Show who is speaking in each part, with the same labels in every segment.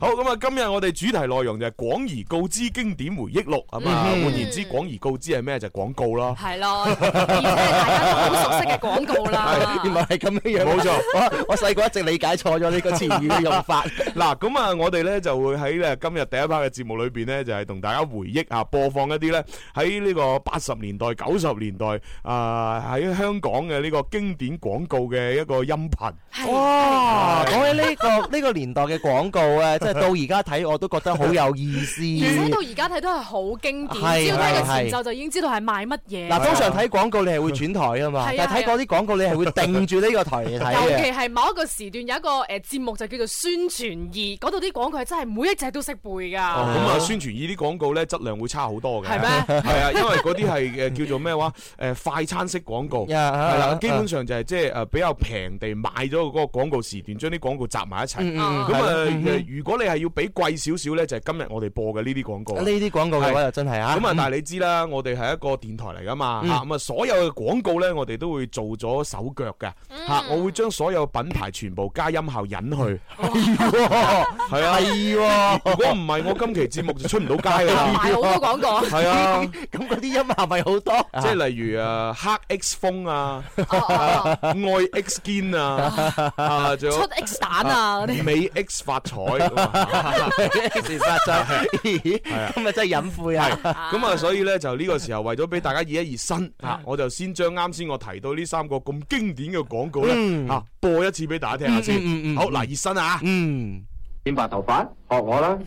Speaker 1: 好咁啊！今日我哋主題內容就係廣而告之經典回憶錄，係嘛？
Speaker 2: 嗯
Speaker 1: 換言之，廣而告之係咩？就係廣告啦。
Speaker 2: 係咯，而且係大家都好熟悉嘅廣告啦。
Speaker 3: 原來係咁樣樣。
Speaker 1: 冇錯
Speaker 3: 我我細個一直理解錯咗呢個詞語嘅用 法。
Speaker 1: 嗱，咁啊，我哋咧就會喺咧今日第一 part 嘅節目裏邊咧，就係同大家回憶啊，播放一啲咧喺呢個八十年代、九十年代啊喺香港嘅呢個經典廣告嘅一個音頻。
Speaker 3: 哇！啊講起呢個呢個年代嘅廣告 咧，即係到而家睇我都覺得好有意 思。
Speaker 2: 而且到而家睇都係好經典，
Speaker 3: 係
Speaker 2: 只要睇個
Speaker 3: 係
Speaker 2: 前奏就已經知道係賣乜嘢。
Speaker 3: 嗱，通常睇廣告你係會轉台啊嘛，
Speaker 2: 係啊
Speaker 3: 但啊係睇嗰啲廣告你係會定住呢個台嚟 睇
Speaker 2: 尤
Speaker 3: 嘅。
Speaker 2: 其係某一個時段有一個誒節目就叫做宣傳二，嗰度啲廣告係真係每一隻都識背㗎。
Speaker 1: 哦，咁啊，宣傳呢啲廣告咧質量會差好多嘅。
Speaker 2: 係咩
Speaker 1: 係啊，因為嗰啲係誒叫做咩話誒快餐式廣告。
Speaker 3: 呀
Speaker 1: 係啦，基本
Speaker 3: 啊
Speaker 1: 上就係即係誒比較平地買咗嗰個廣告時段，將啲廣告集埋一齊。
Speaker 3: 嗯嗯嗯
Speaker 1: 咁
Speaker 3: 係
Speaker 1: 啊，
Speaker 3: 咯嗯
Speaker 1: 誒如果你係要俾貴少少咧，就係今日我哋播嘅呢啲廣告啦。
Speaker 3: 呢啲廣告嘅話就真係啊。
Speaker 1: 咁啊，但係你知啦，我哋係一個電台嚟噶嘛，
Speaker 3: 嗯
Speaker 1: 嚇咁啊，所有嘅廣告咧，我哋都會做咗手腳嘅
Speaker 2: 嗯
Speaker 1: 嚇，我會將所有品牌全部加音效引去，
Speaker 3: 嗯
Speaker 1: 係啊，係喎，如果唔係我今期節目就出唔到街
Speaker 2: 賣
Speaker 1: 啦，
Speaker 2: 好多廣告，
Speaker 1: 係啊，
Speaker 3: 咁嗰啲音效咪好多，
Speaker 1: 即係例如誒黑 X 風啊，
Speaker 2: 哦
Speaker 1: 愛 X 堅啊，啊仲
Speaker 2: 哦出
Speaker 1: 有
Speaker 2: X 蛋啊嗰啲。
Speaker 1: 美 X 發財。
Speaker 3: 事 實上，咦咁咪啊真係隱晦
Speaker 1: 係
Speaker 3: 啊！
Speaker 1: 咁啊，所以咧就呢個時候為咗俾大家熱一熱身啊，我就先將啱先我提到呢三個咁經典嘅廣告咧
Speaker 3: 嗯
Speaker 1: 啊播一次俾大家聽下先
Speaker 3: 嗯嗯嗯。嗯
Speaker 1: 好嗱，熱身啊！
Speaker 3: 嗯，
Speaker 4: 染白頭髮，學我啦。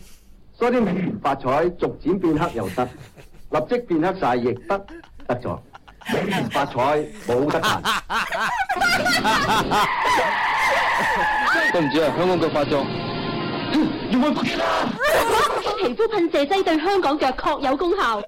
Speaker 4: 所以啲名發彩逐漸變黑又得，立即變黑晒亦得，得咗。發彩冇得彈。對唔住啊，香港腳發作。要我
Speaker 5: 香港皮膚噴射劑對香港腳確有功效。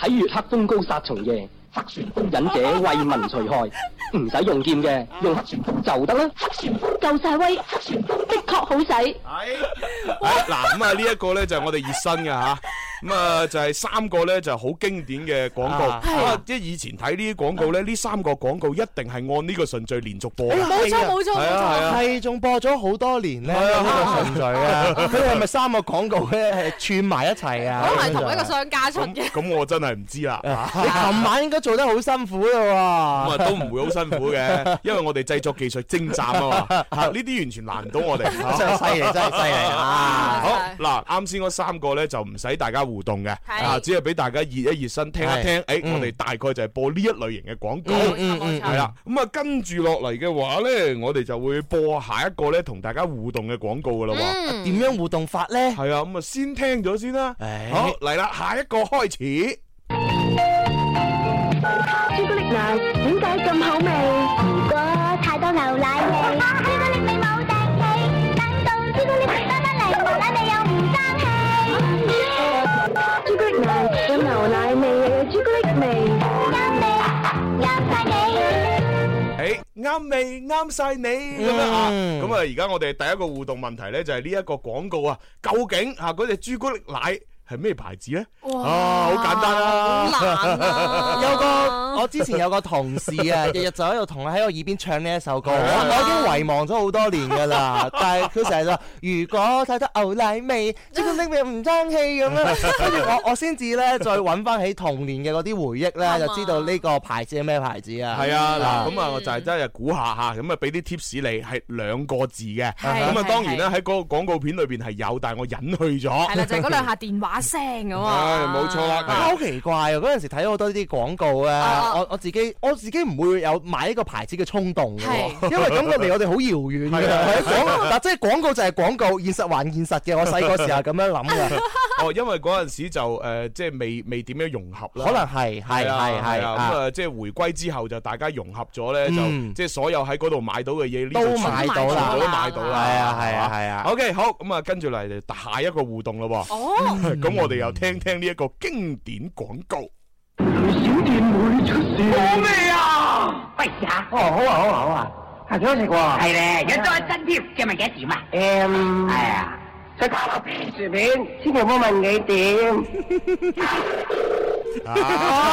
Speaker 4: 睇月黑風高殺蟲夜，黑旋風忍者為民除害，
Speaker 6: Ừ,
Speaker 4: 唔使用劍嘅，用黑旋風就得啦。黑旋風
Speaker 5: 夠晒威，黑旋風的確好使。
Speaker 1: 係哎嗱，咁啊呢一個咧就係我哋熱身嘅吓。咁啊，就係三個咧，就係好經典嘅廣告。
Speaker 3: 啊
Speaker 1: 咁啊，即係以前睇呢啲廣告咧，呢三個廣告一定係按呢個順序連續播 嘅。
Speaker 2: 冇錯冇錯
Speaker 1: 係啊係
Speaker 2: 冇錯，
Speaker 1: 啊
Speaker 3: 係仲播咗好多年咧呢個順序 啊！佢哋係咪三個廣告咧係串埋一齊啊？
Speaker 2: 可能係同一個商家出嘅
Speaker 1: 咁。咁我真係唔知 啦。
Speaker 3: 你琴晚應該做得好辛苦
Speaker 1: 咁
Speaker 3: 啦
Speaker 1: 啊，都唔會好辛苦 嘅，因為我哋製作技術精湛啊嘛，嚇呢啲完全難唔到 我哋。啊
Speaker 3: 喎，真係犀利，真 係犀利啊！
Speaker 1: 好嗱，啱先嗰三個咧就唔使大家互動嘅，
Speaker 2: 係
Speaker 1: 啊，只係俾大家熱一熱身，聽一聽。誒，
Speaker 3: 嗯
Speaker 1: 我哋大概就係播呢一類型嘅廣告，
Speaker 2: 冇
Speaker 3: 嗯
Speaker 2: 錯冇
Speaker 1: 係
Speaker 2: 錯。
Speaker 1: 啦。咁啊，跟住落嚟嘅話咧，我哋就會播下一個咧同大家互動嘅廣告噶啦喎。
Speaker 2: 嗯
Speaker 3: 點樣互動法咧？
Speaker 1: 係啊，咁啊先聽咗先啦。
Speaker 2: 哎
Speaker 3: 誒
Speaker 1: 好嚟啦，下一個開始。
Speaker 5: 朱古力奶點解咁好味？如果太多牛奶味，朱古力味冇定氣，等到朱古力味多得嚟，牛奶味又唔爭氣。朱古力奶有牛奶味，又有朱古力味，啱味啱晒你。
Speaker 2: 哎
Speaker 1: 誒，啱未？啱晒你
Speaker 2: 嗯
Speaker 1: 咁樣啊！咁啊，而家我哋第一個互動問題咧，就係呢一個廣告啊，究竟啊嗰只朱古力奶係咩牌子咧？
Speaker 2: 哇
Speaker 1: 啊，好簡單啦
Speaker 2: 好難啊！
Speaker 3: 有個我之前有個同事 啊，日日就喺度同我喺我耳邊唱呢一首歌，我
Speaker 1: 啊
Speaker 3: 我已經遺忘咗好多年㗎啦。但係佢成日就話如果睇得牛奶味，朱古力味唔爭氣咁樣，跟住我我先至咧再揾翻起童年嘅嗰啲回
Speaker 2: 啊
Speaker 3: 憶咧，就知道呢個牌子係咩牌子啊？
Speaker 1: 係啊，嗱，
Speaker 2: 哎
Speaker 3: 嗯
Speaker 1: 咁啊，我就係真係估下吓，咁啊，俾啲 tips 你係兩個字嘅，
Speaker 2: 係
Speaker 1: 咁啊，
Speaker 2: 係
Speaker 1: 當然啦，喺嗰個廣告片裏邊係有，但係我隱去
Speaker 2: 係
Speaker 1: 咗。
Speaker 2: 啦，就係嗰兩下電話聲咁
Speaker 1: 唉
Speaker 2: 啊。
Speaker 1: 冇錯啦
Speaker 3: 啊好奇怪啊！嗰陣時睇好多呢啲廣告咧，
Speaker 2: 啊
Speaker 3: 我我自己我自己唔會有買呢個牌子嘅衝動嘅
Speaker 2: 係
Speaker 3: 喎，因為感覺離我哋好遙遠嘅。係廣 嗱，即係廣告就係廣告，現實還現實嘅。我細個時候咁樣諗啊嘅，
Speaker 1: 哦，因為嗰陣時就誒，即係未未點樣融合啦。
Speaker 3: 可能係係
Speaker 1: 啊係
Speaker 3: 係係
Speaker 1: 啊
Speaker 3: 啊
Speaker 1: 咁啊，即係回歸之後就大家融合咗咧，就
Speaker 3: 嗯
Speaker 1: 即係所有喺嗰度買到嘅嘢呢度
Speaker 3: 都
Speaker 1: 全部
Speaker 3: 買到啦
Speaker 1: 啊全部都買到
Speaker 3: 係
Speaker 1: 啦。
Speaker 3: 啊係
Speaker 1: 嘛
Speaker 3: 啊係啊，
Speaker 1: OK，好，咁啊，跟住嚟就下一個互動咯喎。
Speaker 2: 哦，
Speaker 1: 咁我哋又聽聽呢一個經典廣告。
Speaker 4: 小店會出事。冇味啊！
Speaker 7: 喂，試下，
Speaker 4: 哦，好啊，好啊，好
Speaker 6: à.
Speaker 4: 啊，係幾好食喎。
Speaker 7: 係咧，
Speaker 6: Dạ.
Speaker 7: 有多一真添，今日幾多點啊？
Speaker 4: 誒，
Speaker 7: 係啊，
Speaker 4: 食卡拉薯片，千祈唔好問幾點。
Speaker 1: 啊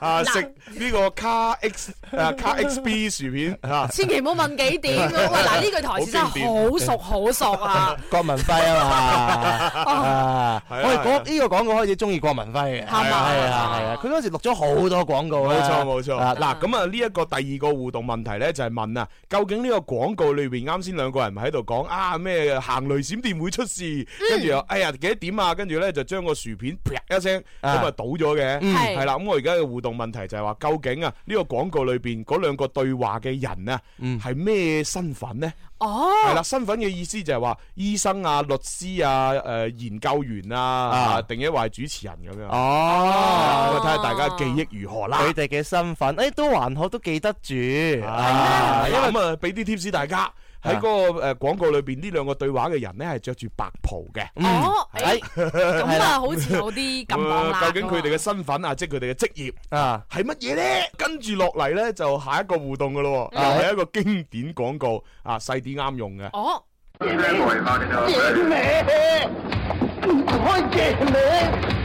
Speaker 1: 啊
Speaker 2: 嗱
Speaker 1: 食呢個卡 X 啊卡 XB 薯片啊，
Speaker 2: 千祈唔好問 幾點。喂，嗱呢句台詞真係好熟好熟 啊！
Speaker 3: 郭文輝啊嘛，啊
Speaker 1: 係啊
Speaker 3: 我
Speaker 1: 係
Speaker 3: 哋
Speaker 1: 啊
Speaker 3: 講呢個廣告開始中意郭文輝嘅，
Speaker 2: 係嘛
Speaker 3: 係啊係啊，佢嗰時錄咗好多廣告
Speaker 1: 冇
Speaker 3: 啊
Speaker 1: 錯冇錯，
Speaker 3: 啊
Speaker 1: 嗱咁啊呢一個第二個互動問題咧，就係問啊，究竟呢個廣告裏邊啱先兩個人咪喺度講啊咩行雷閃電會出事，
Speaker 2: 嗯
Speaker 1: 跟住又哎呀幾多點啊，跟住咧就將個薯片啪一聲咁
Speaker 3: 啊
Speaker 1: 啊倒咗嘅，
Speaker 3: 嗯
Speaker 2: 係
Speaker 1: 係啦，咁我而家嘅互動問題就係話，究竟啊呢個廣告裏邊嗰兩個對話嘅人啊
Speaker 3: 嗯
Speaker 1: 係咩身份呢？係
Speaker 2: 哦，
Speaker 1: 啦，身份嘅意思就係話醫生啊、律師啊、誒研究員啊，
Speaker 3: 啊
Speaker 1: 定一話係主持人咁樣。咁啊
Speaker 3: 哦，
Speaker 1: 睇下大家記憶如何啦。
Speaker 3: 佢哋嘅身份，誒都還好，都記得住，啊
Speaker 1: 啊，因為咁啊，俾啲 tips 大家喺嗰個誒呃廣告裏邊呢兩個對話嘅人咧係着住白袍嘅。
Speaker 3: 嗯
Speaker 2: 哦
Speaker 3: 係係
Speaker 2: 咁
Speaker 3: 啦
Speaker 2: 啊，好似有啲咁望
Speaker 1: 咁
Speaker 2: 啦。
Speaker 1: 啊究竟佢哋嘅身份啊，即係佢哋嘅職業
Speaker 3: 啊，
Speaker 1: 係乜嘢咧？跟住落嚟咧就下一個互動噶咯喎，
Speaker 3: 嗯
Speaker 1: 又係一個經典廣告啊，細啲啱用嘅。
Speaker 2: 哦，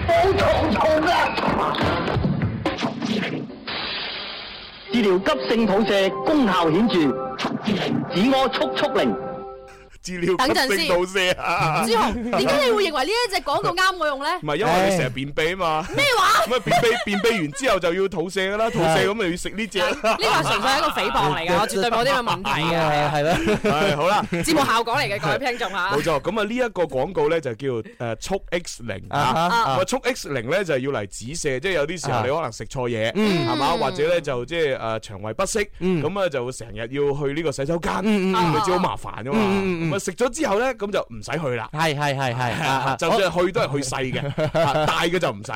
Speaker 4: 治療急性肚瀉功效顯著，止屙速速靈。
Speaker 1: 治療
Speaker 2: 等陣
Speaker 1: 急性
Speaker 2: 先
Speaker 1: 倒瀉啊
Speaker 2: 朱！紅，點解你會認為呢一隻廣告啱我用咧？
Speaker 1: 唔 係因為你成日便秘啊嘛。咩
Speaker 2: 話？
Speaker 1: 咁啊，便秘 便秘完之後就要肚瀉噶啦，肚瀉咁咪要食呢只。
Speaker 2: 呢個純粹係一個誹 謗嚟㗎，我絕對冇啲咁嘅問題
Speaker 3: 係
Speaker 2: 嘅。
Speaker 3: 啊，係啦，
Speaker 1: 係好啦。
Speaker 2: 節目效果嚟嘅，各位聽眾嚇
Speaker 1: 冇。錯，咁啊呢一個廣告咧就叫誒速 X 零
Speaker 3: 啊
Speaker 1: 啊，
Speaker 3: 哈
Speaker 1: 咁啊速 X 零咧就係要嚟止瀉，即係有啲時候
Speaker 3: 啊
Speaker 1: 你可能食錯嘢，
Speaker 3: 嗯
Speaker 1: 係嘛，或者咧就即係誒腸胃不適，
Speaker 3: 嗯
Speaker 1: 咁啊就成日要去呢個洗手間，
Speaker 3: 嗯嗯嗯
Speaker 1: 咁啊知好麻煩噶嘛，
Speaker 3: 嗯嗯嗯
Speaker 1: 咁啊食咗之後咧咁就唔使去啦。
Speaker 3: 係係係係啊，啊
Speaker 1: 就算係去都係去細嘅，啊大嘅就唔使。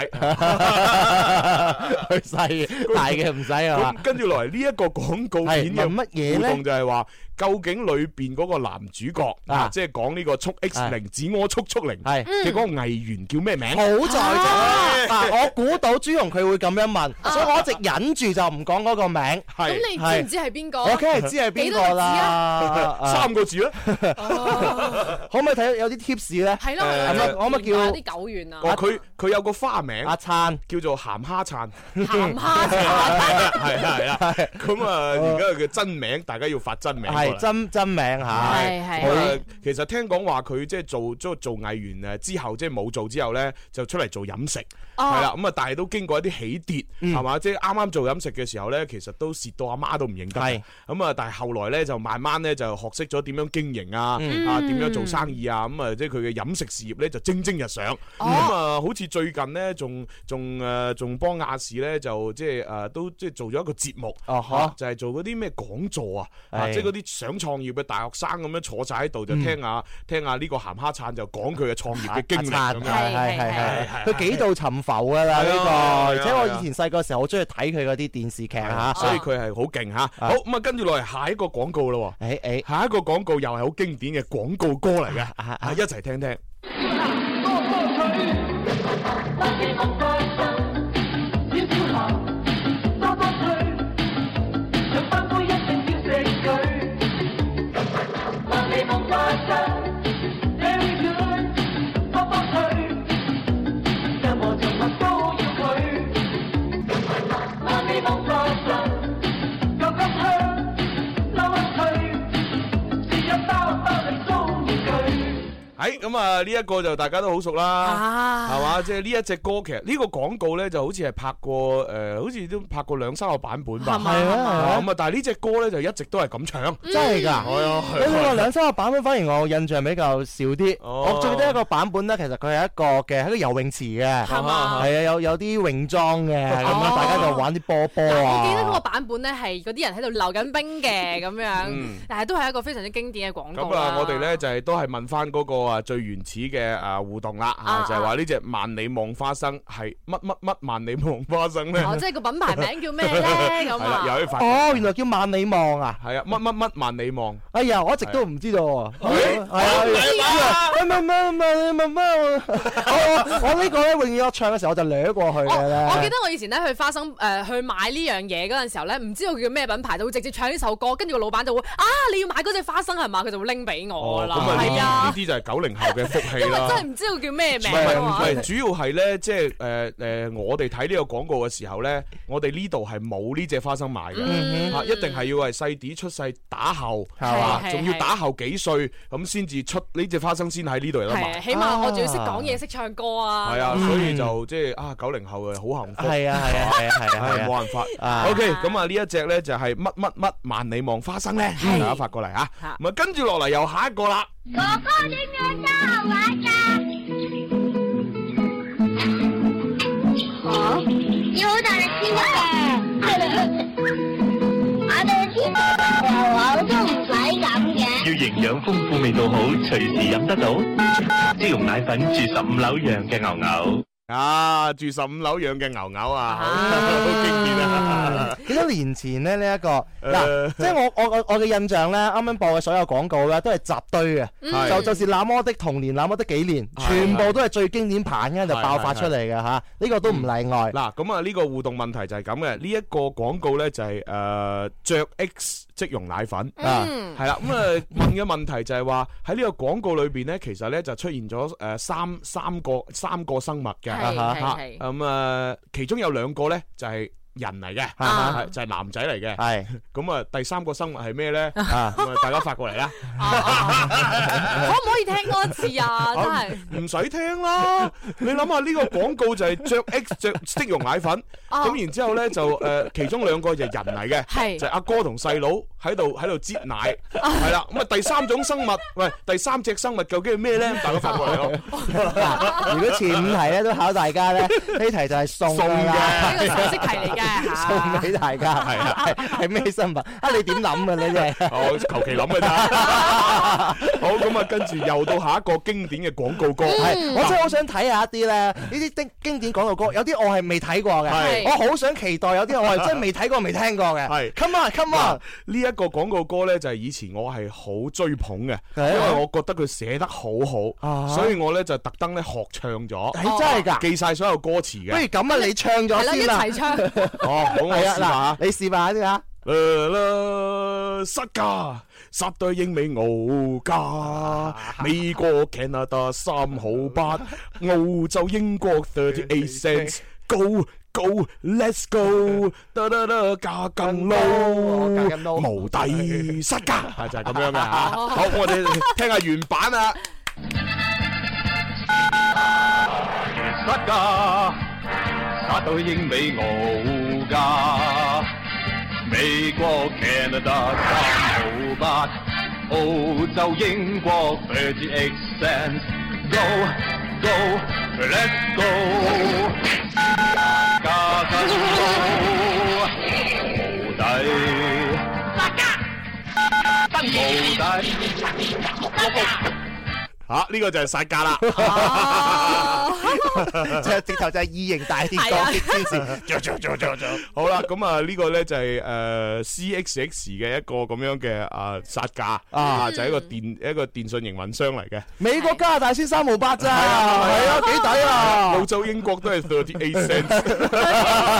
Speaker 3: 佢細嘅， 大嘅唔使啊嘛
Speaker 1: 咁。跟住落嚟呢一個廣告片嘅
Speaker 3: 係問乜嘢
Speaker 1: 互
Speaker 3: 咧
Speaker 1: 動就係話，究竟裏邊嗰個男主角啊
Speaker 3: 啊，
Speaker 1: 即係講呢個速 X 零止屙速速零
Speaker 3: 係
Speaker 1: 嘅嗰個藝員叫咩名？
Speaker 3: 好在就嗱，我估到朱容佢會咁樣問，所以我一直忍住就唔講嗰個名。
Speaker 2: 咁
Speaker 1: 係
Speaker 2: 你知唔知係邊個？
Speaker 3: 我梗係知係邊個啦。啊
Speaker 1: 三個字啦。
Speaker 2: 哦
Speaker 3: 可唔可以睇有啲 tips 咧？
Speaker 2: 係咯，
Speaker 1: 誒
Speaker 2: 有啲
Speaker 3: 可唔可以叫
Speaker 2: 有啲狗遠啊
Speaker 1: 哦，？佢佢有個花名
Speaker 3: 阿燦
Speaker 1: 叫做鹹蝦 燦，
Speaker 2: 鹹蝦
Speaker 1: 係啦係啦。咁啊，而家佢嘅真名，大家要發真名過
Speaker 3: 係
Speaker 1: 嚟。
Speaker 3: 真真名嚇，
Speaker 2: 係係
Speaker 1: 咁啊其實聽講話佢即係做做做藝員誒之後，即係冇做之後咧，就出嚟做飲食，
Speaker 2: 哦
Speaker 1: 係啦。咁啊，但係都經過一啲起跌，
Speaker 2: 嗯
Speaker 1: 係嘛？即係啱啱做飲食嘅時候咧，其實都蝕到阿媽都唔認得嘅
Speaker 3: 係。
Speaker 1: 咁啊，但係後來咧就慢慢咧就學識咗點樣經營啊，
Speaker 2: 嗯
Speaker 1: 啊點樣做生意啊，咁啊即係佢嘅飲食事業咧就蒸蒸日上。
Speaker 2: 哦
Speaker 1: 咁啊，好似最近咧仲仲誒仲幫亞視咧就即係誒都即係做咗一個節目，
Speaker 3: 哦呵
Speaker 1: 啊就係做嗰啲咩講座啊啊，
Speaker 3: 係嗯
Speaker 1: 即係嗰啲想創業嘅大學生咁樣坐晒喺度就聽下聽下呢個鹹蝦燦就講佢嘅創
Speaker 2: 啊
Speaker 3: 啊
Speaker 1: 業嘅經歷
Speaker 3: 阿
Speaker 1: 咁
Speaker 3: 燦
Speaker 1: 樣。
Speaker 3: 係係
Speaker 1: 係
Speaker 3: 係
Speaker 1: 係
Speaker 3: 係，佢幾度沉浮㗎啦
Speaker 1: 係啊
Speaker 3: 呢
Speaker 1: 係啊
Speaker 3: 個，而且我
Speaker 1: 係啊
Speaker 3: 以前細個時候好中意睇佢嗰啲電視劇啊嚇。
Speaker 1: 所以佢係啊好勁吓，好咁啊！跟住落嚟下一個廣告咯，
Speaker 3: 誒誒，
Speaker 1: 下一個廣告又係好經典嘅廣告歌嚟嘅，
Speaker 3: 啊
Speaker 1: 啊一齊聽聽。喺咁啊，呢一個就大家都好熟啦，
Speaker 2: 啊
Speaker 1: 係嘛？即係呢一隻歌，其實呢個廣告咧就好似係拍過誒，好似都拍過兩三個版本吧。
Speaker 2: 係嘛
Speaker 3: 係啊係啊
Speaker 1: 啊。咁啊，但係呢只歌咧就一直都係咁唱。
Speaker 3: 真係㗎。
Speaker 1: 係
Speaker 2: 嗯
Speaker 1: 啊，
Speaker 3: 你嗰個兩三個版本反而我印象比較少啲。
Speaker 1: 哦
Speaker 3: 我最記得一個版本咧，其實佢係一個嘅喺個游泳池嘅，係
Speaker 2: 係嘛哦
Speaker 3: 啊，？有有啲泳裝嘅，咁樣大家就玩啲波波
Speaker 2: 我
Speaker 3: 啊。
Speaker 2: 記得嗰個版本咧係嗰啲人喺度溜緊冰嘅咁樣，但係都係一個非常之經典嘅廣告
Speaker 1: 咁啊，我哋咧就係都係問翻嗰個啊最原始嘅啊互動啦，啊
Speaker 2: 啊
Speaker 1: 就係話呢只萬里望花生係乜乜乜萬里望花生咧？
Speaker 2: 哦，即係個品牌名叫咩咧？咁
Speaker 1: 係啦，又
Speaker 2: 啊，
Speaker 1: 可以發
Speaker 3: 哦，原來叫萬里望啊！
Speaker 1: 係啊，乜乜乜萬里望。
Speaker 3: 哎呀，我一直都唔知道喎。係啊，
Speaker 1: 係啊
Speaker 3: 係啊乜乜乜乜乜，我我我呢個咧，永遠我唱嘅時候我就掠過去
Speaker 2: 我
Speaker 3: 嘅咧。
Speaker 2: 哦我記得我以前咧去花生誒、呃去買呢樣嘢嗰陣時候咧，唔知道佢叫咩品牌，就會直接唱呢首歌，跟住個老闆就會啊你要買嗰隻花生係嘛，佢就會拎俾我
Speaker 1: 哦，
Speaker 2: 啦，
Speaker 1: 咁啊
Speaker 2: 係
Speaker 1: 呢
Speaker 2: 啊，
Speaker 1: 啲就係九零後嘅福氣
Speaker 2: 因為真
Speaker 1: 啦。
Speaker 2: 係唔知道叫咩
Speaker 1: 唔係
Speaker 2: 名
Speaker 1: 唔
Speaker 2: 啊
Speaker 1: 係
Speaker 2: 嘛
Speaker 1: 唔。係，主要係咧，即係誒誒，我哋睇呢個廣告嘅時候咧，我哋呢度係冇呢只花生賣嘅，嚇一定係要係細啲出世打後，
Speaker 3: 係
Speaker 1: 嘛
Speaker 2: 係係
Speaker 1: 仲要打後幾歲咁先至出呢只花生先喺呢度有得
Speaker 2: 係，啊
Speaker 1: 賣。
Speaker 2: 起碼我仲要識講嘢、識唱歌啊。
Speaker 1: 係啊，所以就即係啊，九零後誒 好幸福。
Speaker 3: 係啊係啊係啊係
Speaker 1: 唉，
Speaker 3: 啊係啊
Speaker 1: 冇辦法。
Speaker 3: 啊
Speaker 1: O K，咁啊呢一隻咧就係乜乜乜萬里望花生咧，大家發過嚟啊。
Speaker 2: 嚇
Speaker 1: 咁啊跟住落嚟又下一個啦。
Speaker 5: 哥哥點樣真好玩㗎？哦，要好大力先得嘅。我哋天生流流都唔使咁嘅。
Speaker 6: 要營養豐富，味道好，隨時飲得到。即溶奶粉住十五樓養嘅牛牛。
Speaker 1: 啊，住十五樓養嘅牛牛啊，好
Speaker 2: 啊
Speaker 1: 好經典啊！
Speaker 3: 幾多年前咧呢一個
Speaker 1: 誒
Speaker 3: 嗱，即係我我我我嘅印象咧，啱啱播嘅所有廣告咧都係集堆嘅，
Speaker 1: 嗯係
Speaker 3: 就就是那麼的童年，那麼的幾年，
Speaker 1: 係
Speaker 3: 全部都係最經典版嘅就
Speaker 1: 係
Speaker 3: 爆發出嚟嘅嚇，呢個都唔例外。
Speaker 1: 嗱，咁啊呢個互動問題就係咁嘅，呢一個廣告呢，就係誒着 X 即溶奶粉。
Speaker 3: 啊
Speaker 2: 嗯，
Speaker 1: 係啦，咁 啊問嘅問題就係話喺呢個廣告裏邊呢，其實呢就出現咗誒三三個三個生物嘅
Speaker 2: 係
Speaker 1: 啊
Speaker 2: 係
Speaker 1: 嚇
Speaker 2: 係
Speaker 1: 咁啊其中有兩個呢就係人嚟嘅，
Speaker 2: 啊
Speaker 1: 係就係男仔嚟嘅。
Speaker 3: 係
Speaker 1: 咁啊第三個生物係 咩呢？
Speaker 3: 啊，
Speaker 1: 咁啊大家發過嚟啦，
Speaker 2: 啊啊啊可唔可以聽多一次啊？真係
Speaker 1: 唔使聽啦。你諗下呢個廣告就係着 X 着即溶奶粉，
Speaker 2: 啊
Speaker 1: 咁然之後呢，就誒其中兩個就係人嚟嘅。就係
Speaker 2: 係
Speaker 1: 阿哥同細佬喺度喺度擠奶，係啦。咁啊，第三種生物，喂，第三隻生物究竟係咩咧？大家發過嚟咯。
Speaker 3: 嗱，如果前五題咧都考大家咧，呢題就係送
Speaker 1: 送
Speaker 3: 㗎啦。
Speaker 1: 嘅
Speaker 2: 呢個常識題 嚟嘅
Speaker 3: 送
Speaker 2: 嚇。
Speaker 3: 俾大家，係係係咩新聞？啊，你點諗嘅你哋？
Speaker 1: 我求其諗嘅咋。好，咁啊，跟住又到下一個經典嘅廣告歌，
Speaker 3: 係，我真係好想睇下一啲咧，呢啲經經典廣告歌，有啲我係未睇過嘅，
Speaker 1: 係
Speaker 3: 我好想期待，有啲我係真係未睇過、未聽過嘅。
Speaker 1: 係
Speaker 3: Come on，Come
Speaker 1: 嗱
Speaker 3: on！
Speaker 1: 呢一個廣告歌呢，就係以前我係好追捧嘅，因
Speaker 3: 係啊
Speaker 1: 為我覺得佢寫得好
Speaker 3: 啊
Speaker 1: 好，所以我呢就特登咧學唱咗，
Speaker 3: 係真係㗎，
Speaker 1: 記晒所有歌詞
Speaker 3: 不如
Speaker 1: 嘅。
Speaker 3: 咁啊，你唱
Speaker 2: 係
Speaker 3: 咗
Speaker 2: 啦，一
Speaker 3: 先啦。
Speaker 2: 齊唱。
Speaker 1: 哦，好，我
Speaker 3: 係
Speaker 1: 試
Speaker 3: 啊，
Speaker 1: 下嚇
Speaker 3: 嗱，。你示範先啊嚇。
Speaker 1: 啦啦，塞加、殺對英美澳加、美國 Canada 三毫八、澳洲英國 thirty eight cents，Go Go Let's Go，得得得加更
Speaker 3: 哦加
Speaker 1: 撈
Speaker 3: 更，撈
Speaker 1: 無底塞加，係 就係咁樣嘅嚇。 好，我哋聽下原版啊。
Speaker 6: 塞噶，塞到英美澳加，美國 Canada 三毫八，澳洲英國 thirty eight cents。Go go let's go，加加無底，塞噶，無底。
Speaker 1: 嚇，呢個就係殺價 啦。
Speaker 2: 啊
Speaker 3: 就直頭就係異形大跌
Speaker 2: 係啊
Speaker 3: 鋼鐵天使，著著著著著。
Speaker 1: 好啦，咁啊呢個咧就係呃誒 CXX 嘅一個咁樣嘅啊殺價啊，就係一個電
Speaker 3: 嗯
Speaker 1: 一個電信營運商嚟嘅。
Speaker 3: 美國加拿大先三毫八咋，係啊，幾抵
Speaker 1: 澳
Speaker 3: 啊！
Speaker 1: 洲、英國都係 thirty eight cents。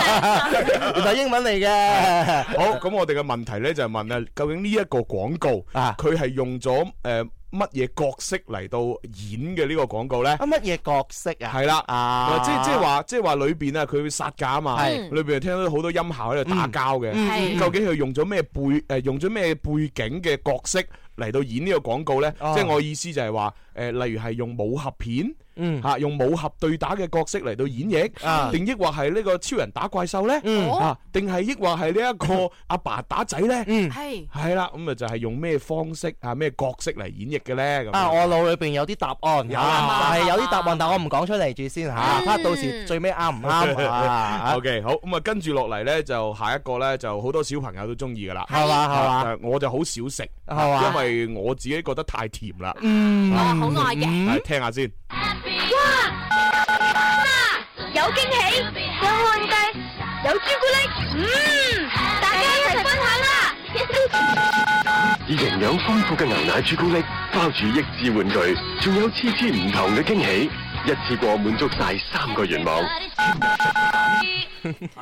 Speaker 3: 原來英文嚟嘅。
Speaker 1: 好，咁我哋嘅問題咧就係問啊，究竟呢一個廣告
Speaker 3: 啊
Speaker 1: 佢係用咗誒乜嘢角色嚟到演嘅呢個廣告咧？
Speaker 3: 啊乜嘢角色啊？
Speaker 1: 係啦
Speaker 3: 啊，
Speaker 1: 即即係話即係話裏邊啊，佢會殺價啊嘛，
Speaker 3: 係嗯
Speaker 1: 裏邊就聽到好多音效喺度打交嘅。
Speaker 2: 係
Speaker 1: 究竟佢用咗咩背誒用咗咩背景嘅角色嚟到演呢個廣告呢？
Speaker 3: 哦
Speaker 1: 即係我意思就係話誒，例如係用武俠片。
Speaker 3: 嗯
Speaker 1: 吓用武俠對打嘅角色嚟到演
Speaker 3: 啊
Speaker 1: 繹，定抑或係呢個超人打怪獸
Speaker 3: 嗯
Speaker 1: 呢？啊，定係抑或係呢一個阿爸打仔呢？
Speaker 3: 嗯。
Speaker 2: 係
Speaker 1: 係啦，咁啊就係用咩方式啊咩角色嚟演繹嘅呢？咁
Speaker 3: 啊！我腦裏邊有啲答案，
Speaker 1: 有
Speaker 3: 啊
Speaker 2: 啊
Speaker 3: 但係有啲答案，但我唔講出嚟住先嚇，睇下到時最尾啱唔 啱啊？
Speaker 1: OK 好，咁啊跟住落嚟呢，就下一個呢，就好多小朋友都中意噶啦。
Speaker 3: 係嘛係嘛
Speaker 1: 啊我就好少食，
Speaker 3: 係嘛
Speaker 1: 因為我自己覺得太甜啦。
Speaker 2: 我好愛嘅。
Speaker 3: 嗯
Speaker 1: 係聽下先。
Speaker 5: 有驚喜，有汗雞，有朱古力，嗯，大家一齊分享啦！
Speaker 6: 以營養豐富嘅牛奶朱古力
Speaker 8: 包住益智玩具，仲有次次唔同嘅驚喜，一次過滿足晒三個願望。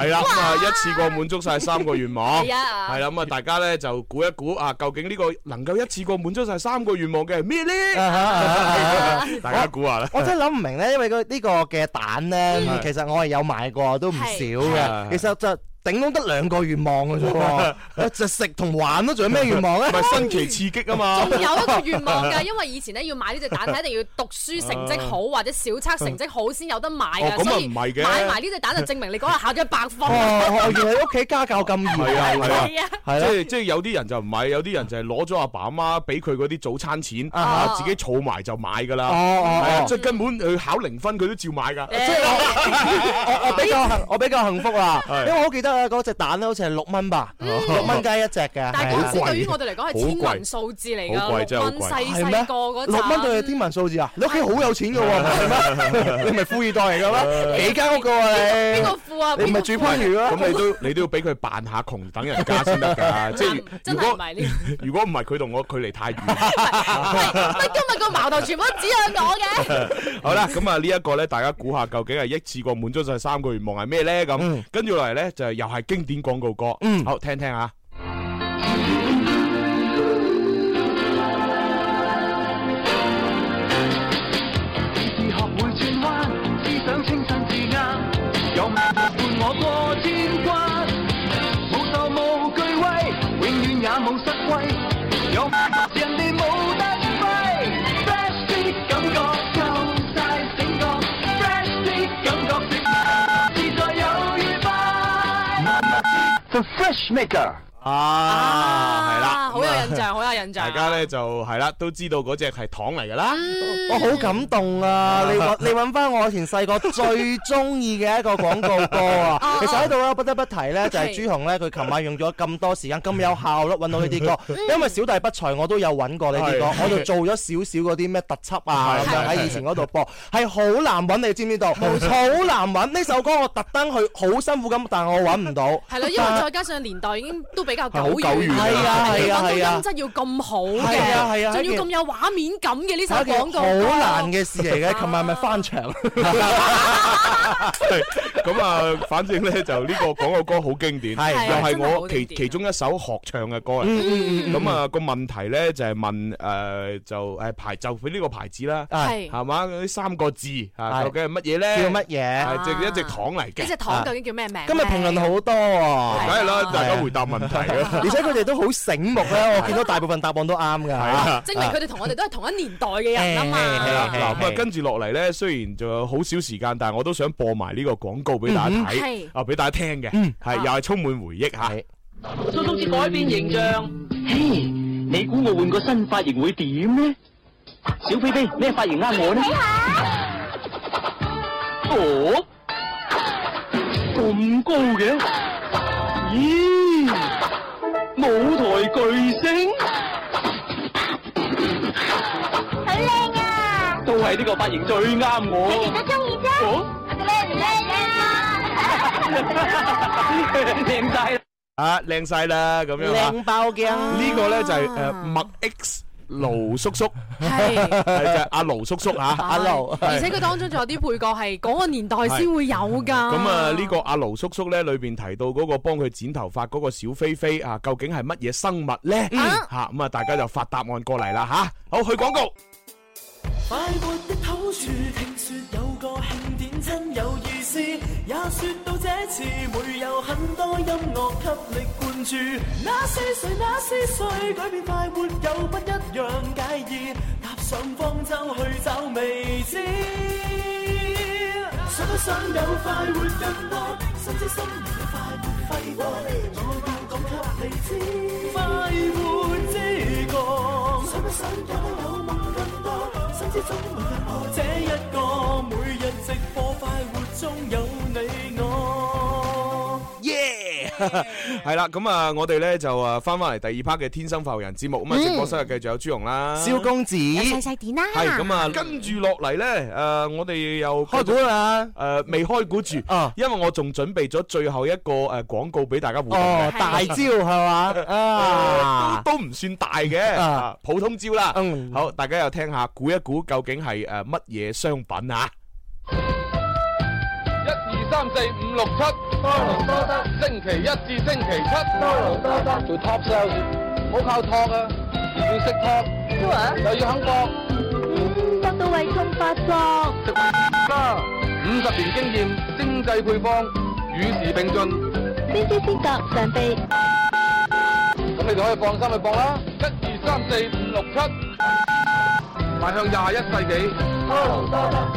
Speaker 1: 系啦，咁啊一次過滿足晒三個願望，
Speaker 2: 係啊
Speaker 1: 係啦，咁啊大家咧就估一估啊，究竟呢個能夠一次過滿足晒三個願望嘅係咩
Speaker 3: 啊
Speaker 1: 咧？大家估下啦。
Speaker 3: 我真係諗唔明咧，因為個呢個嘅蛋咧，其實我係有買過，都唔少
Speaker 1: 係
Speaker 3: 嘅。其實就頂多得兩個願望嘅 啫喎，就食同玩咯，仲有咩願望
Speaker 1: 唔
Speaker 3: 咧？
Speaker 1: 係新奇刺激啊嘛
Speaker 2: 仲！有一個願望㗎，因為以前咧要買呢隻蛋係一定要讀書成績好或者小測成績好先有得買
Speaker 1: 哦咁
Speaker 2: 㗎，
Speaker 1: 啊
Speaker 2: 所以
Speaker 1: 唔
Speaker 2: 買
Speaker 1: 係嘅
Speaker 2: 埋呢隻蛋就證明你嗰日考咗一百分。
Speaker 3: 哦，我原來屋企家教咁嚴，
Speaker 1: 係啊係啊
Speaker 2: 係啊，
Speaker 3: 係
Speaker 1: 即
Speaker 3: 咯。
Speaker 1: 係即係有啲人就唔係，有啲人就係攞咗阿爸阿媽俾佢嗰啲早餐錢，
Speaker 3: 啊
Speaker 1: 啊自己儲埋就買㗎啦。
Speaker 3: 哦哦
Speaker 1: 係啊
Speaker 3: 哦
Speaker 1: 即係根本佢考零分佢都照買㗎。
Speaker 3: 即係我啊
Speaker 2: 啊
Speaker 3: 我我比 較幸我比較幸福啦，
Speaker 1: 係
Speaker 3: 因為我好記得啊，嗰隻蛋咧好似係六蚊吧，六蚊雞一隻嘅。
Speaker 2: 嗯
Speaker 3: 啊
Speaker 2: 但係嗰陣時
Speaker 1: 好貴
Speaker 2: 對於我哋嚟講係天
Speaker 1: 好貴
Speaker 2: 文數字嚟
Speaker 1: 好貴
Speaker 2: 㗎，
Speaker 1: 真係
Speaker 2: 六
Speaker 1: 好
Speaker 2: 蚊
Speaker 1: 貴
Speaker 2: 細
Speaker 3: 係
Speaker 2: 細個嗰陣。
Speaker 3: 六蚊對係天文數字啊！你屋企好有錢嘅喎，係 咩？你咪富二代嚟嘅咩？幾間屋嘅喎你
Speaker 2: 邊個？富啊？
Speaker 3: 你唔係
Speaker 2: 邊個
Speaker 3: 住
Speaker 2: 富啊
Speaker 3: 番禺嘅咩？
Speaker 1: 咁你都你都要俾佢扮下窮等人家先得㗎。即係
Speaker 2: 真
Speaker 1: 如
Speaker 2: 係唔
Speaker 1: 果
Speaker 2: 係呢個？
Speaker 1: 如果唔係佢同我距離太遠。 啊
Speaker 2: 乜今日個矛頭全部都指向我嘅？
Speaker 1: 好啦，咁啊呢一個咧，大家估下究竟係一次過滿足晒三個願望係咩咧？
Speaker 2: 嗯
Speaker 1: 咁跟住落嚟咧，就係又係經典廣告歌，
Speaker 3: 嗯
Speaker 1: 好聽聽啊下。
Speaker 8: 是學會轉彎，思想清新自啱，有伴我過天關，冇受無懼威，永遠也冇失威，有人哋冇得揮，fresh 啲感覺夠晒醒覺，fresh 啲感覺自在有愉快。The Fresh Maker。
Speaker 1: 啊，係啦，
Speaker 2: 好有印象，好有印
Speaker 1: 大
Speaker 2: 象。
Speaker 1: 家咧就係啦，都知道嗰只係糖嚟㗎啦。
Speaker 3: 我哦好感動 啊！你揾你揾翻我以前細個最中意嘅一個廣告歌 啊！其實喺度咧，不得不提呢，就係
Speaker 2: 係
Speaker 3: 朱紅呢，佢琴晚用咗咁多時間，咁有效率揾到呢啲歌， 因為小弟不才，我都有揾過呢啲歌，
Speaker 1: 係
Speaker 3: 我就做咗少少嗰啲咩特輯啊
Speaker 1: 係
Speaker 3: 咁樣喺以前嗰度播，係好難揾，你知唔知道？好難揾呢首歌，我特登去好辛苦咁，但我揾 唔到。
Speaker 2: 係咯，因為再加上年代已經都比較久
Speaker 1: 係好久
Speaker 2: 遠
Speaker 1: 遠
Speaker 2: 啦，
Speaker 1: 係
Speaker 2: 你講
Speaker 3: 啊係啊
Speaker 2: 到
Speaker 3: 係啊
Speaker 2: 音質要咁好
Speaker 3: 係啊係
Speaker 2: 嘅，
Speaker 3: 啊
Speaker 2: 仲要
Speaker 3: 一件
Speaker 2: 咁有畫面感嘅呢首
Speaker 3: 係一件啊
Speaker 2: 廣告，
Speaker 3: 好難。嘅事嚟嘅，琴晚咪翻牆。
Speaker 1: 咁啊，反正咧就呢個廣告歌好經典，
Speaker 3: 係係
Speaker 1: 又係
Speaker 2: 真係
Speaker 1: 我
Speaker 2: 好
Speaker 1: 其
Speaker 2: 經典
Speaker 1: 其中一首學唱嘅歌嚟。咁啊個問題咧就係問誒就誒牌就佢呢個牌子啦，
Speaker 3: 啊
Speaker 2: 係
Speaker 1: 係嘛？呢三個字啊，
Speaker 3: 係
Speaker 1: 究竟係乜嘢咧？
Speaker 3: 叫乜嘢？
Speaker 1: 係即係一隻糖嚟嘅
Speaker 2: 呢。隻糖究竟叫咩名咧？
Speaker 3: 啊今日評論好多喎。
Speaker 1: 梗係啦，
Speaker 2: 係
Speaker 1: 大家回答問題啊。
Speaker 3: 而且佢哋都好醒目咧，我見到大部分答案都啱㗎。
Speaker 1: 啊
Speaker 2: 證明佢哋同我哋都係同一年代嘅人啊
Speaker 1: 係啦，
Speaker 3: 係
Speaker 2: 嘛。
Speaker 3: 係
Speaker 1: 嗱咁啊，跟住落嚟咧，雖然仲有好少時間，但係我都想播埋呢個廣告俾大家
Speaker 2: 嗯
Speaker 1: 睇
Speaker 2: 係，
Speaker 1: 啊，俾大家聽嘅，係又係充滿回憶嚇。
Speaker 3: 係
Speaker 6: 蘇公子改變形象。嘿，你估我換個新髮型會點呢？小菲菲咩髮型啱我呢？哦，咁高嘅？咦，舞台巨星
Speaker 5: 好靚啊！
Speaker 6: 都係呢個髮型最啱
Speaker 5: 你哋
Speaker 6: 我。
Speaker 5: 都中意啫。靚唔
Speaker 6: 靚
Speaker 5: 靚啊？
Speaker 6: 仔啦！
Speaker 1: 啊，靚晒啦，咁樣啊嚇。
Speaker 3: 靚爆啊鏡，
Speaker 1: 呢個咧就係誒麥 X 盧叔叔，
Speaker 3: 啊
Speaker 2: 係。
Speaker 1: 係就係阿盧叔叔嚇。
Speaker 3: 阿盧
Speaker 2: 而且佢當中仲有啲配角係嗰個年代先會有
Speaker 1: 咁
Speaker 2: 㗎。咁
Speaker 1: 啊，呢個阿盧叔叔咧，裏邊提到嗰個幫佢剪頭髮嗰個小菲菲啊，究竟係乜嘢生物咧？嚇咁啊，大家就發答案過嚟啦嚇。好，去廣告。
Speaker 9: 快活的好處，聽說有個慶典真有意思，也說到這次會有很多音樂給力灌注。那是誰？那是誰？改變快活有不一樣解意，踏上方舟去找未知。想不想有快活更多？心知心明嘅快活揮霍，我要講給你知。快活之國，想不想有有夢更多？心知總會有我這一個，每日直播快活中有你我。
Speaker 1: 耶！系啦，咁啊，我哋咧就啊翻翻嚟第二 part 嘅天生發育人節目，咁啊直播室啊繼續有朱紅啦，
Speaker 3: 萧公子
Speaker 5: 細
Speaker 3: 開
Speaker 5: 細點啦。
Speaker 1: 係咁啊，跟住落嚟咧，诶，我哋又
Speaker 3: 股啦，
Speaker 1: 诶未開估住，
Speaker 3: 啊
Speaker 1: 因為我仲準備咗最後一個诶廣告俾大家互動
Speaker 3: 哦
Speaker 1: 嘅，
Speaker 3: 大招係嘛
Speaker 1: 誒
Speaker 3: 啊，
Speaker 1: 都都唔算大嘅，
Speaker 3: 啊
Speaker 1: 啊普通招啦
Speaker 3: 嗯。
Speaker 1: 好，大家又聽下，估一估究竟係诶乜嘢商品啊？
Speaker 8: 一二三四五六七，多勞多得。星期一至星期七，多勞多得。做 top sales，唔好靠托啊，要識托，又要肯搏。
Speaker 5: 嗯，搏到胃痛發作。
Speaker 8: 食啦，五十年經驗，精製配方，與時並進，
Speaker 5: 邊啲先覺上臂？
Speaker 8: 咁你就可以放心去搏啦。一二三四五六七，邁向廿一世紀。多勞多得。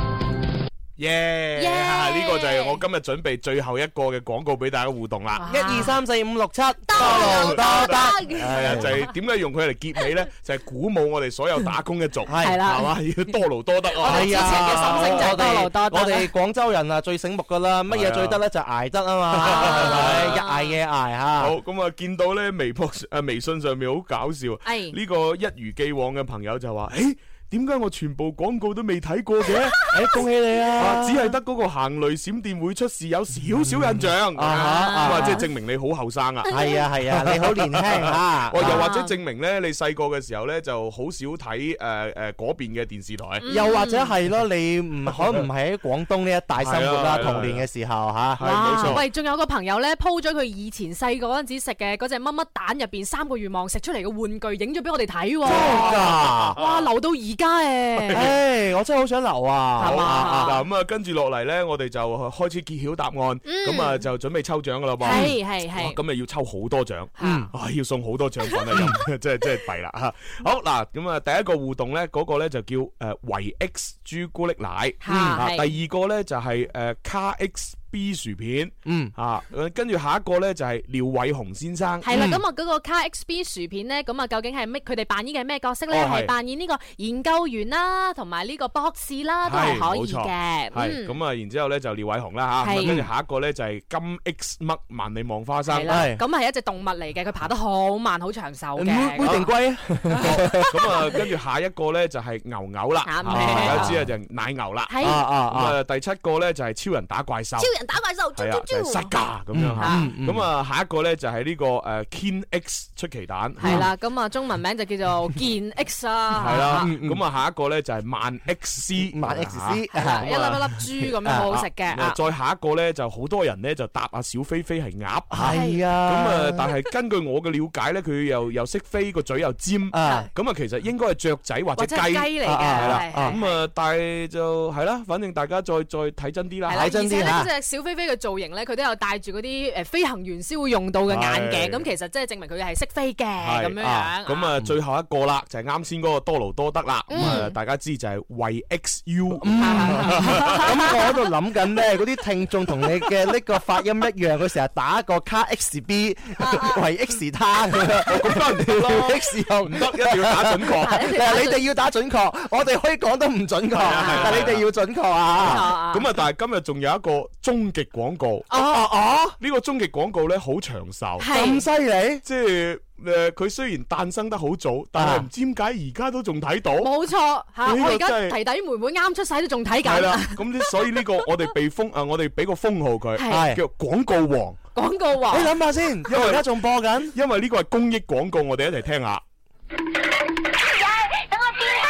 Speaker 1: 耶！
Speaker 2: 耶
Speaker 1: 呢個就係我今日準備最後一個嘅廣告俾大家互動啦。
Speaker 3: 一二三四五六七，多
Speaker 2: 勞
Speaker 3: 勞多得，
Speaker 1: 系啊，就係點解用佢嚟結尾咧？就係鼓舞我哋所有打工嘅族，
Speaker 3: 係
Speaker 1: 係嘛， 要多勞多得啊！
Speaker 3: 係
Speaker 2: 我哋知識嘅心聲就係
Speaker 3: 我哋
Speaker 2: 多勞多得
Speaker 3: 我哋廣州人啊最醒目噶啦，乜
Speaker 1: 係
Speaker 3: 嘢
Speaker 1: 啊
Speaker 3: 最得咧就捱得啊嘛，係咪日捱夜捱
Speaker 1: 好
Speaker 3: 嚇。
Speaker 1: 咁啊，見到咧微博诶微信上面好搞笑，
Speaker 2: 係
Speaker 1: 呢個一如既往嘅朋友就話：，诶，點解我全部廣告都未睇過嘅？
Speaker 3: 誒恭喜你
Speaker 1: 啊
Speaker 3: 啊！
Speaker 1: 只係得嗰個行雷閃電會出事有少少印象，咁
Speaker 3: 啊哈啊
Speaker 1: 啊，
Speaker 3: 哈
Speaker 1: 即係證明你好後生啊！
Speaker 3: 係啊係 啊，你好年輕嚇。
Speaker 1: 哦，又或者證明咧，你細個嘅時候咧就好少睇诶诶嗰邊嘅電視台。
Speaker 3: 又或者係咯，你唔 可唔係喺廣東呢一帶生活啦，
Speaker 1: 係啊係啊
Speaker 3: 童年嘅時候嚇。
Speaker 1: 係啊冇錯
Speaker 2: 喂，仲有個朋友咧 po 咗佢以前細個嗰陣時食嘅嗰隻乜乜蛋入邊三個願望食出嚟嘅玩具，影咗俾我哋 睇喎。
Speaker 3: 㗎，
Speaker 2: 哇，留到而家誒，
Speaker 3: 唉，我真係好想留啊！
Speaker 2: 係嘛
Speaker 1: 嗱咁啊，跟住落嚟咧，我哋就開始揭曉答案，咁啊就準備抽獎噶啦噃。
Speaker 2: 係係
Speaker 1: 哇
Speaker 2: 係，
Speaker 1: 咁啊要抽好多獎，
Speaker 2: 嗯
Speaker 1: 啊要送好多獎 品啊，咁真係真係弊啦吓。好嗱，咁啊第一個互動咧，嗰個咧就叫诶維 X 朱古力奶，
Speaker 2: 嚇
Speaker 1: 啊
Speaker 2: 係
Speaker 1: 第二個咧就係诶卡 X B 薯片，
Speaker 3: 嗯
Speaker 1: 啊，跟住下一個咧就係廖偉雄先生，
Speaker 2: 係啦，咁啊嗰個卡 XB 薯片咧，咁啊究竟係咩？佢哋扮演嘅係咩角色咧？
Speaker 1: 哦係
Speaker 2: 係扮演呢個研究員啦，同埋呢個博士啦，都係可以嘅。
Speaker 1: 系
Speaker 2: 嗯，
Speaker 1: 咁啊，然之后咧就廖偉雄啦吓，
Speaker 2: 係
Speaker 1: 咁啊跟住下一個咧就係金 X 乜萬里望花生
Speaker 2: 係，啦
Speaker 3: 係，
Speaker 2: 咁係一隻動物嚟嘅，佢爬得好慢，好長壽
Speaker 1: 嗯
Speaker 3: 妹妹
Speaker 2: 嘅。
Speaker 3: 定龜啊？
Speaker 1: 咁啊跟住下一個咧就係牛牛啦，
Speaker 2: 啱
Speaker 1: 啊
Speaker 2: 嘅
Speaker 1: 大家知啊就係奶牛啦，
Speaker 2: 係
Speaker 3: 啊啊
Speaker 1: 咁
Speaker 3: 啊！
Speaker 1: 啊第七個咧就係超人打怪獸，
Speaker 2: 超人打怪獸，
Speaker 1: 係啊
Speaker 2: 啾
Speaker 1: 就
Speaker 2: 啾
Speaker 1: 係
Speaker 2: 啾
Speaker 1: 塞架咁樣吓，
Speaker 3: 嗯嗯
Speaker 1: 咁啊下一個咧就係呢個诶 Ken X 出奇蛋，
Speaker 2: 系。啦，咁啊中文名就叫做 健 X 啊，
Speaker 1: 系嗯啦，
Speaker 3: 嗯嗯
Speaker 1: 咁啊下一個咧就係萬 X C，
Speaker 3: 萬 X C
Speaker 2: 係啦，一粒一粒珠咁樣好好食嘅
Speaker 1: 嗯啊
Speaker 2: 啊，
Speaker 1: 再下一個咧就好多人咧就答阿小飛飛係鴨。
Speaker 3: 係
Speaker 1: 咁
Speaker 3: 啊，
Speaker 1: 啊，但係根據我嘅了解咧，佢又又識飛，個嘴又尖，咁
Speaker 3: 啊
Speaker 1: 啊，其實應該係雀仔或
Speaker 2: 或
Speaker 1: 者雞。
Speaker 2: 者係雞嚟嘅，
Speaker 3: 啊
Speaker 1: 係啦
Speaker 2: 係係
Speaker 1: 咁啊，但係就係啦，反正大家再再睇真啲啦。
Speaker 2: 係啦，
Speaker 3: 睇
Speaker 2: 而
Speaker 3: 真啲
Speaker 2: 且咧嗰
Speaker 3: 嚇
Speaker 2: 只小飛飛嘅造型咧，佢都有戴住嗰啲诶飞行員先會用到嘅眼
Speaker 1: 係
Speaker 2: 鏡，咁其實即係證明佢係識飛嘅
Speaker 1: 係
Speaker 2: 咁樣
Speaker 1: 啊
Speaker 2: 樣。
Speaker 1: 咁啊，最後一個啦，就係啱先嗰個多勞多得啦。
Speaker 2: 嗯
Speaker 1: 咁啊，大家知就係為 XU。
Speaker 3: 咁我喺度諗緊咧，嗰啲聽眾同你嘅呢個發音一樣，佢成日打個卡 X B
Speaker 1: 啊
Speaker 3: 為 X 他咁樣，咁
Speaker 1: 得咯
Speaker 3: X 又唔
Speaker 1: 唔得，一定要打準 確。
Speaker 3: 你哋要打準確，我哋可以講得唔準確，但你哋要準確啊！
Speaker 2: 啊
Speaker 1: 咁啊，但係今日仲有一個終極廣告。
Speaker 3: 哦哦，
Speaker 1: 呢個終極廣告咧，好長壽。
Speaker 3: 咁
Speaker 2: 係
Speaker 3: 犀利！
Speaker 1: 即係誒，佢雖然誕生得好早，但係唔知點解而家都仲睇到。
Speaker 2: 啊冇錯吓，
Speaker 1: 呢個
Speaker 2: 我而家
Speaker 1: 真係
Speaker 2: 弟弟妹妹啱出世都仲睇
Speaker 1: 系啦
Speaker 2: 緊，
Speaker 1: 咁呢，所以呢個我哋被封 啊，我哋俾個封號佢，
Speaker 3: 係
Speaker 1: 叫廣告王，
Speaker 2: 廣告話
Speaker 3: 你諗下先，因為而家仲播緊。
Speaker 1: 因為呢個係公益廣告，我哋一齊聽下。
Speaker 5: 等我變啦。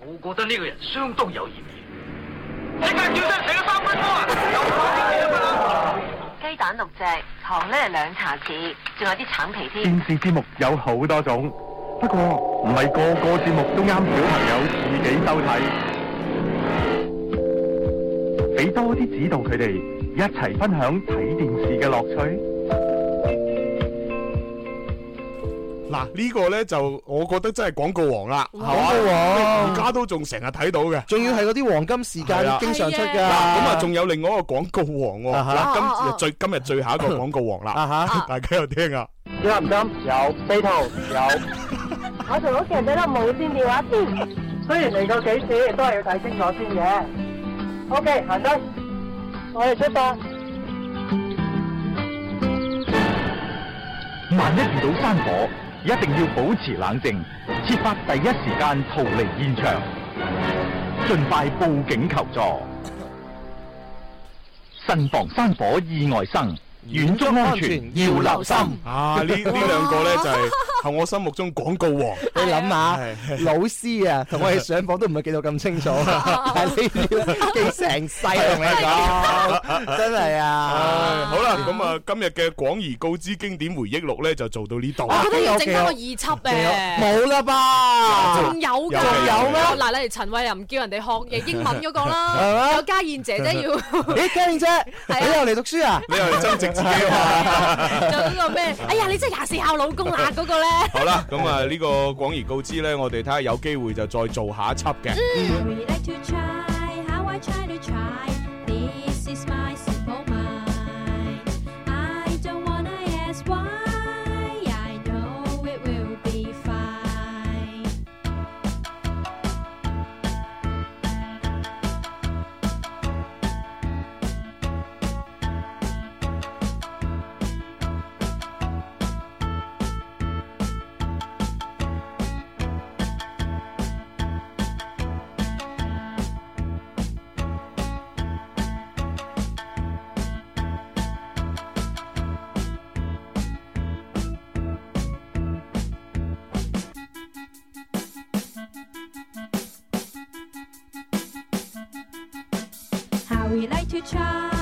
Speaker 6: 我觉得呢个人相当有嫌疑。啊
Speaker 10: 雞蛋六隻，糖咧兩茶匙，仲有啲橙皮添。
Speaker 8: 電視節目有好多種，不過唔係個個節目都啱小朋友自己收睇。俾多啲指導佢哋，一齊分享睇電視嘅樂趣。
Speaker 1: 嗱，呢個呢，就我覺得真係廣告王啦，係嘛？
Speaker 3: 廣告王
Speaker 1: 而家都仲成日睇到嘅。
Speaker 3: 仲要係嗰啲黃金時
Speaker 1: 係
Speaker 3: 間
Speaker 1: 啦
Speaker 3: 經常出㗎，
Speaker 2: 係
Speaker 1: 嗱，咁啊，仲有另外一個廣告王喎。
Speaker 3: 啊哈
Speaker 1: 嗱，今最今日最後一個廣告王
Speaker 3: 啊
Speaker 1: 啦，
Speaker 3: 哈，
Speaker 1: 大家又聽下。
Speaker 8: 啱唔啱？有飛圖有。
Speaker 10: 我同屋企人睇到無線電話添。雖然嚟過幾次，都係要睇清楚先嘅。O K，行得，我哋出發。
Speaker 6: 萬一遇到山火，一定要保持冷靜，設法第一時間逃離現場，盡快報警求助。慎防山火意外生，遠足安全要留心。
Speaker 1: 啊！呢呢兩個咧就係喺我心目中廣告王。
Speaker 3: 你諗下，老師啊，同我哋上課都唔係記到咁清楚，但係呢啲記成世啊同你講，真係
Speaker 1: 唉
Speaker 3: 啊！
Speaker 1: 好啦，咁啊，今日嘅廣而告之經典回憶錄咧就做到呢度。
Speaker 2: 我覺得要整翻個二輯誒，
Speaker 3: 冇啦吧？
Speaker 2: 仲有㗎，
Speaker 1: 有嘅有咩
Speaker 2: 嗱，例如陳慧琳叫人哋學英文嗰個
Speaker 3: 係
Speaker 2: 啦，
Speaker 3: 咩
Speaker 2: 有家燕姐姐要，
Speaker 3: 咦，嘉燕姐，
Speaker 2: 啊
Speaker 3: 你又嚟讀書啊？
Speaker 1: 你又嚟增值自己啊嘛！
Speaker 2: 仲有嗰個咩？哎呀，你真係廿四孝老公啦嗰個咧。
Speaker 1: 好啦，咁啊呢個廣而告之咧，我哋睇下有機會就再做下一輯嘅。
Speaker 11: I really like to try how I try to try. This is my simple mind. I don't wanna ask why. I know it will be fine.
Speaker 12: How we like to try.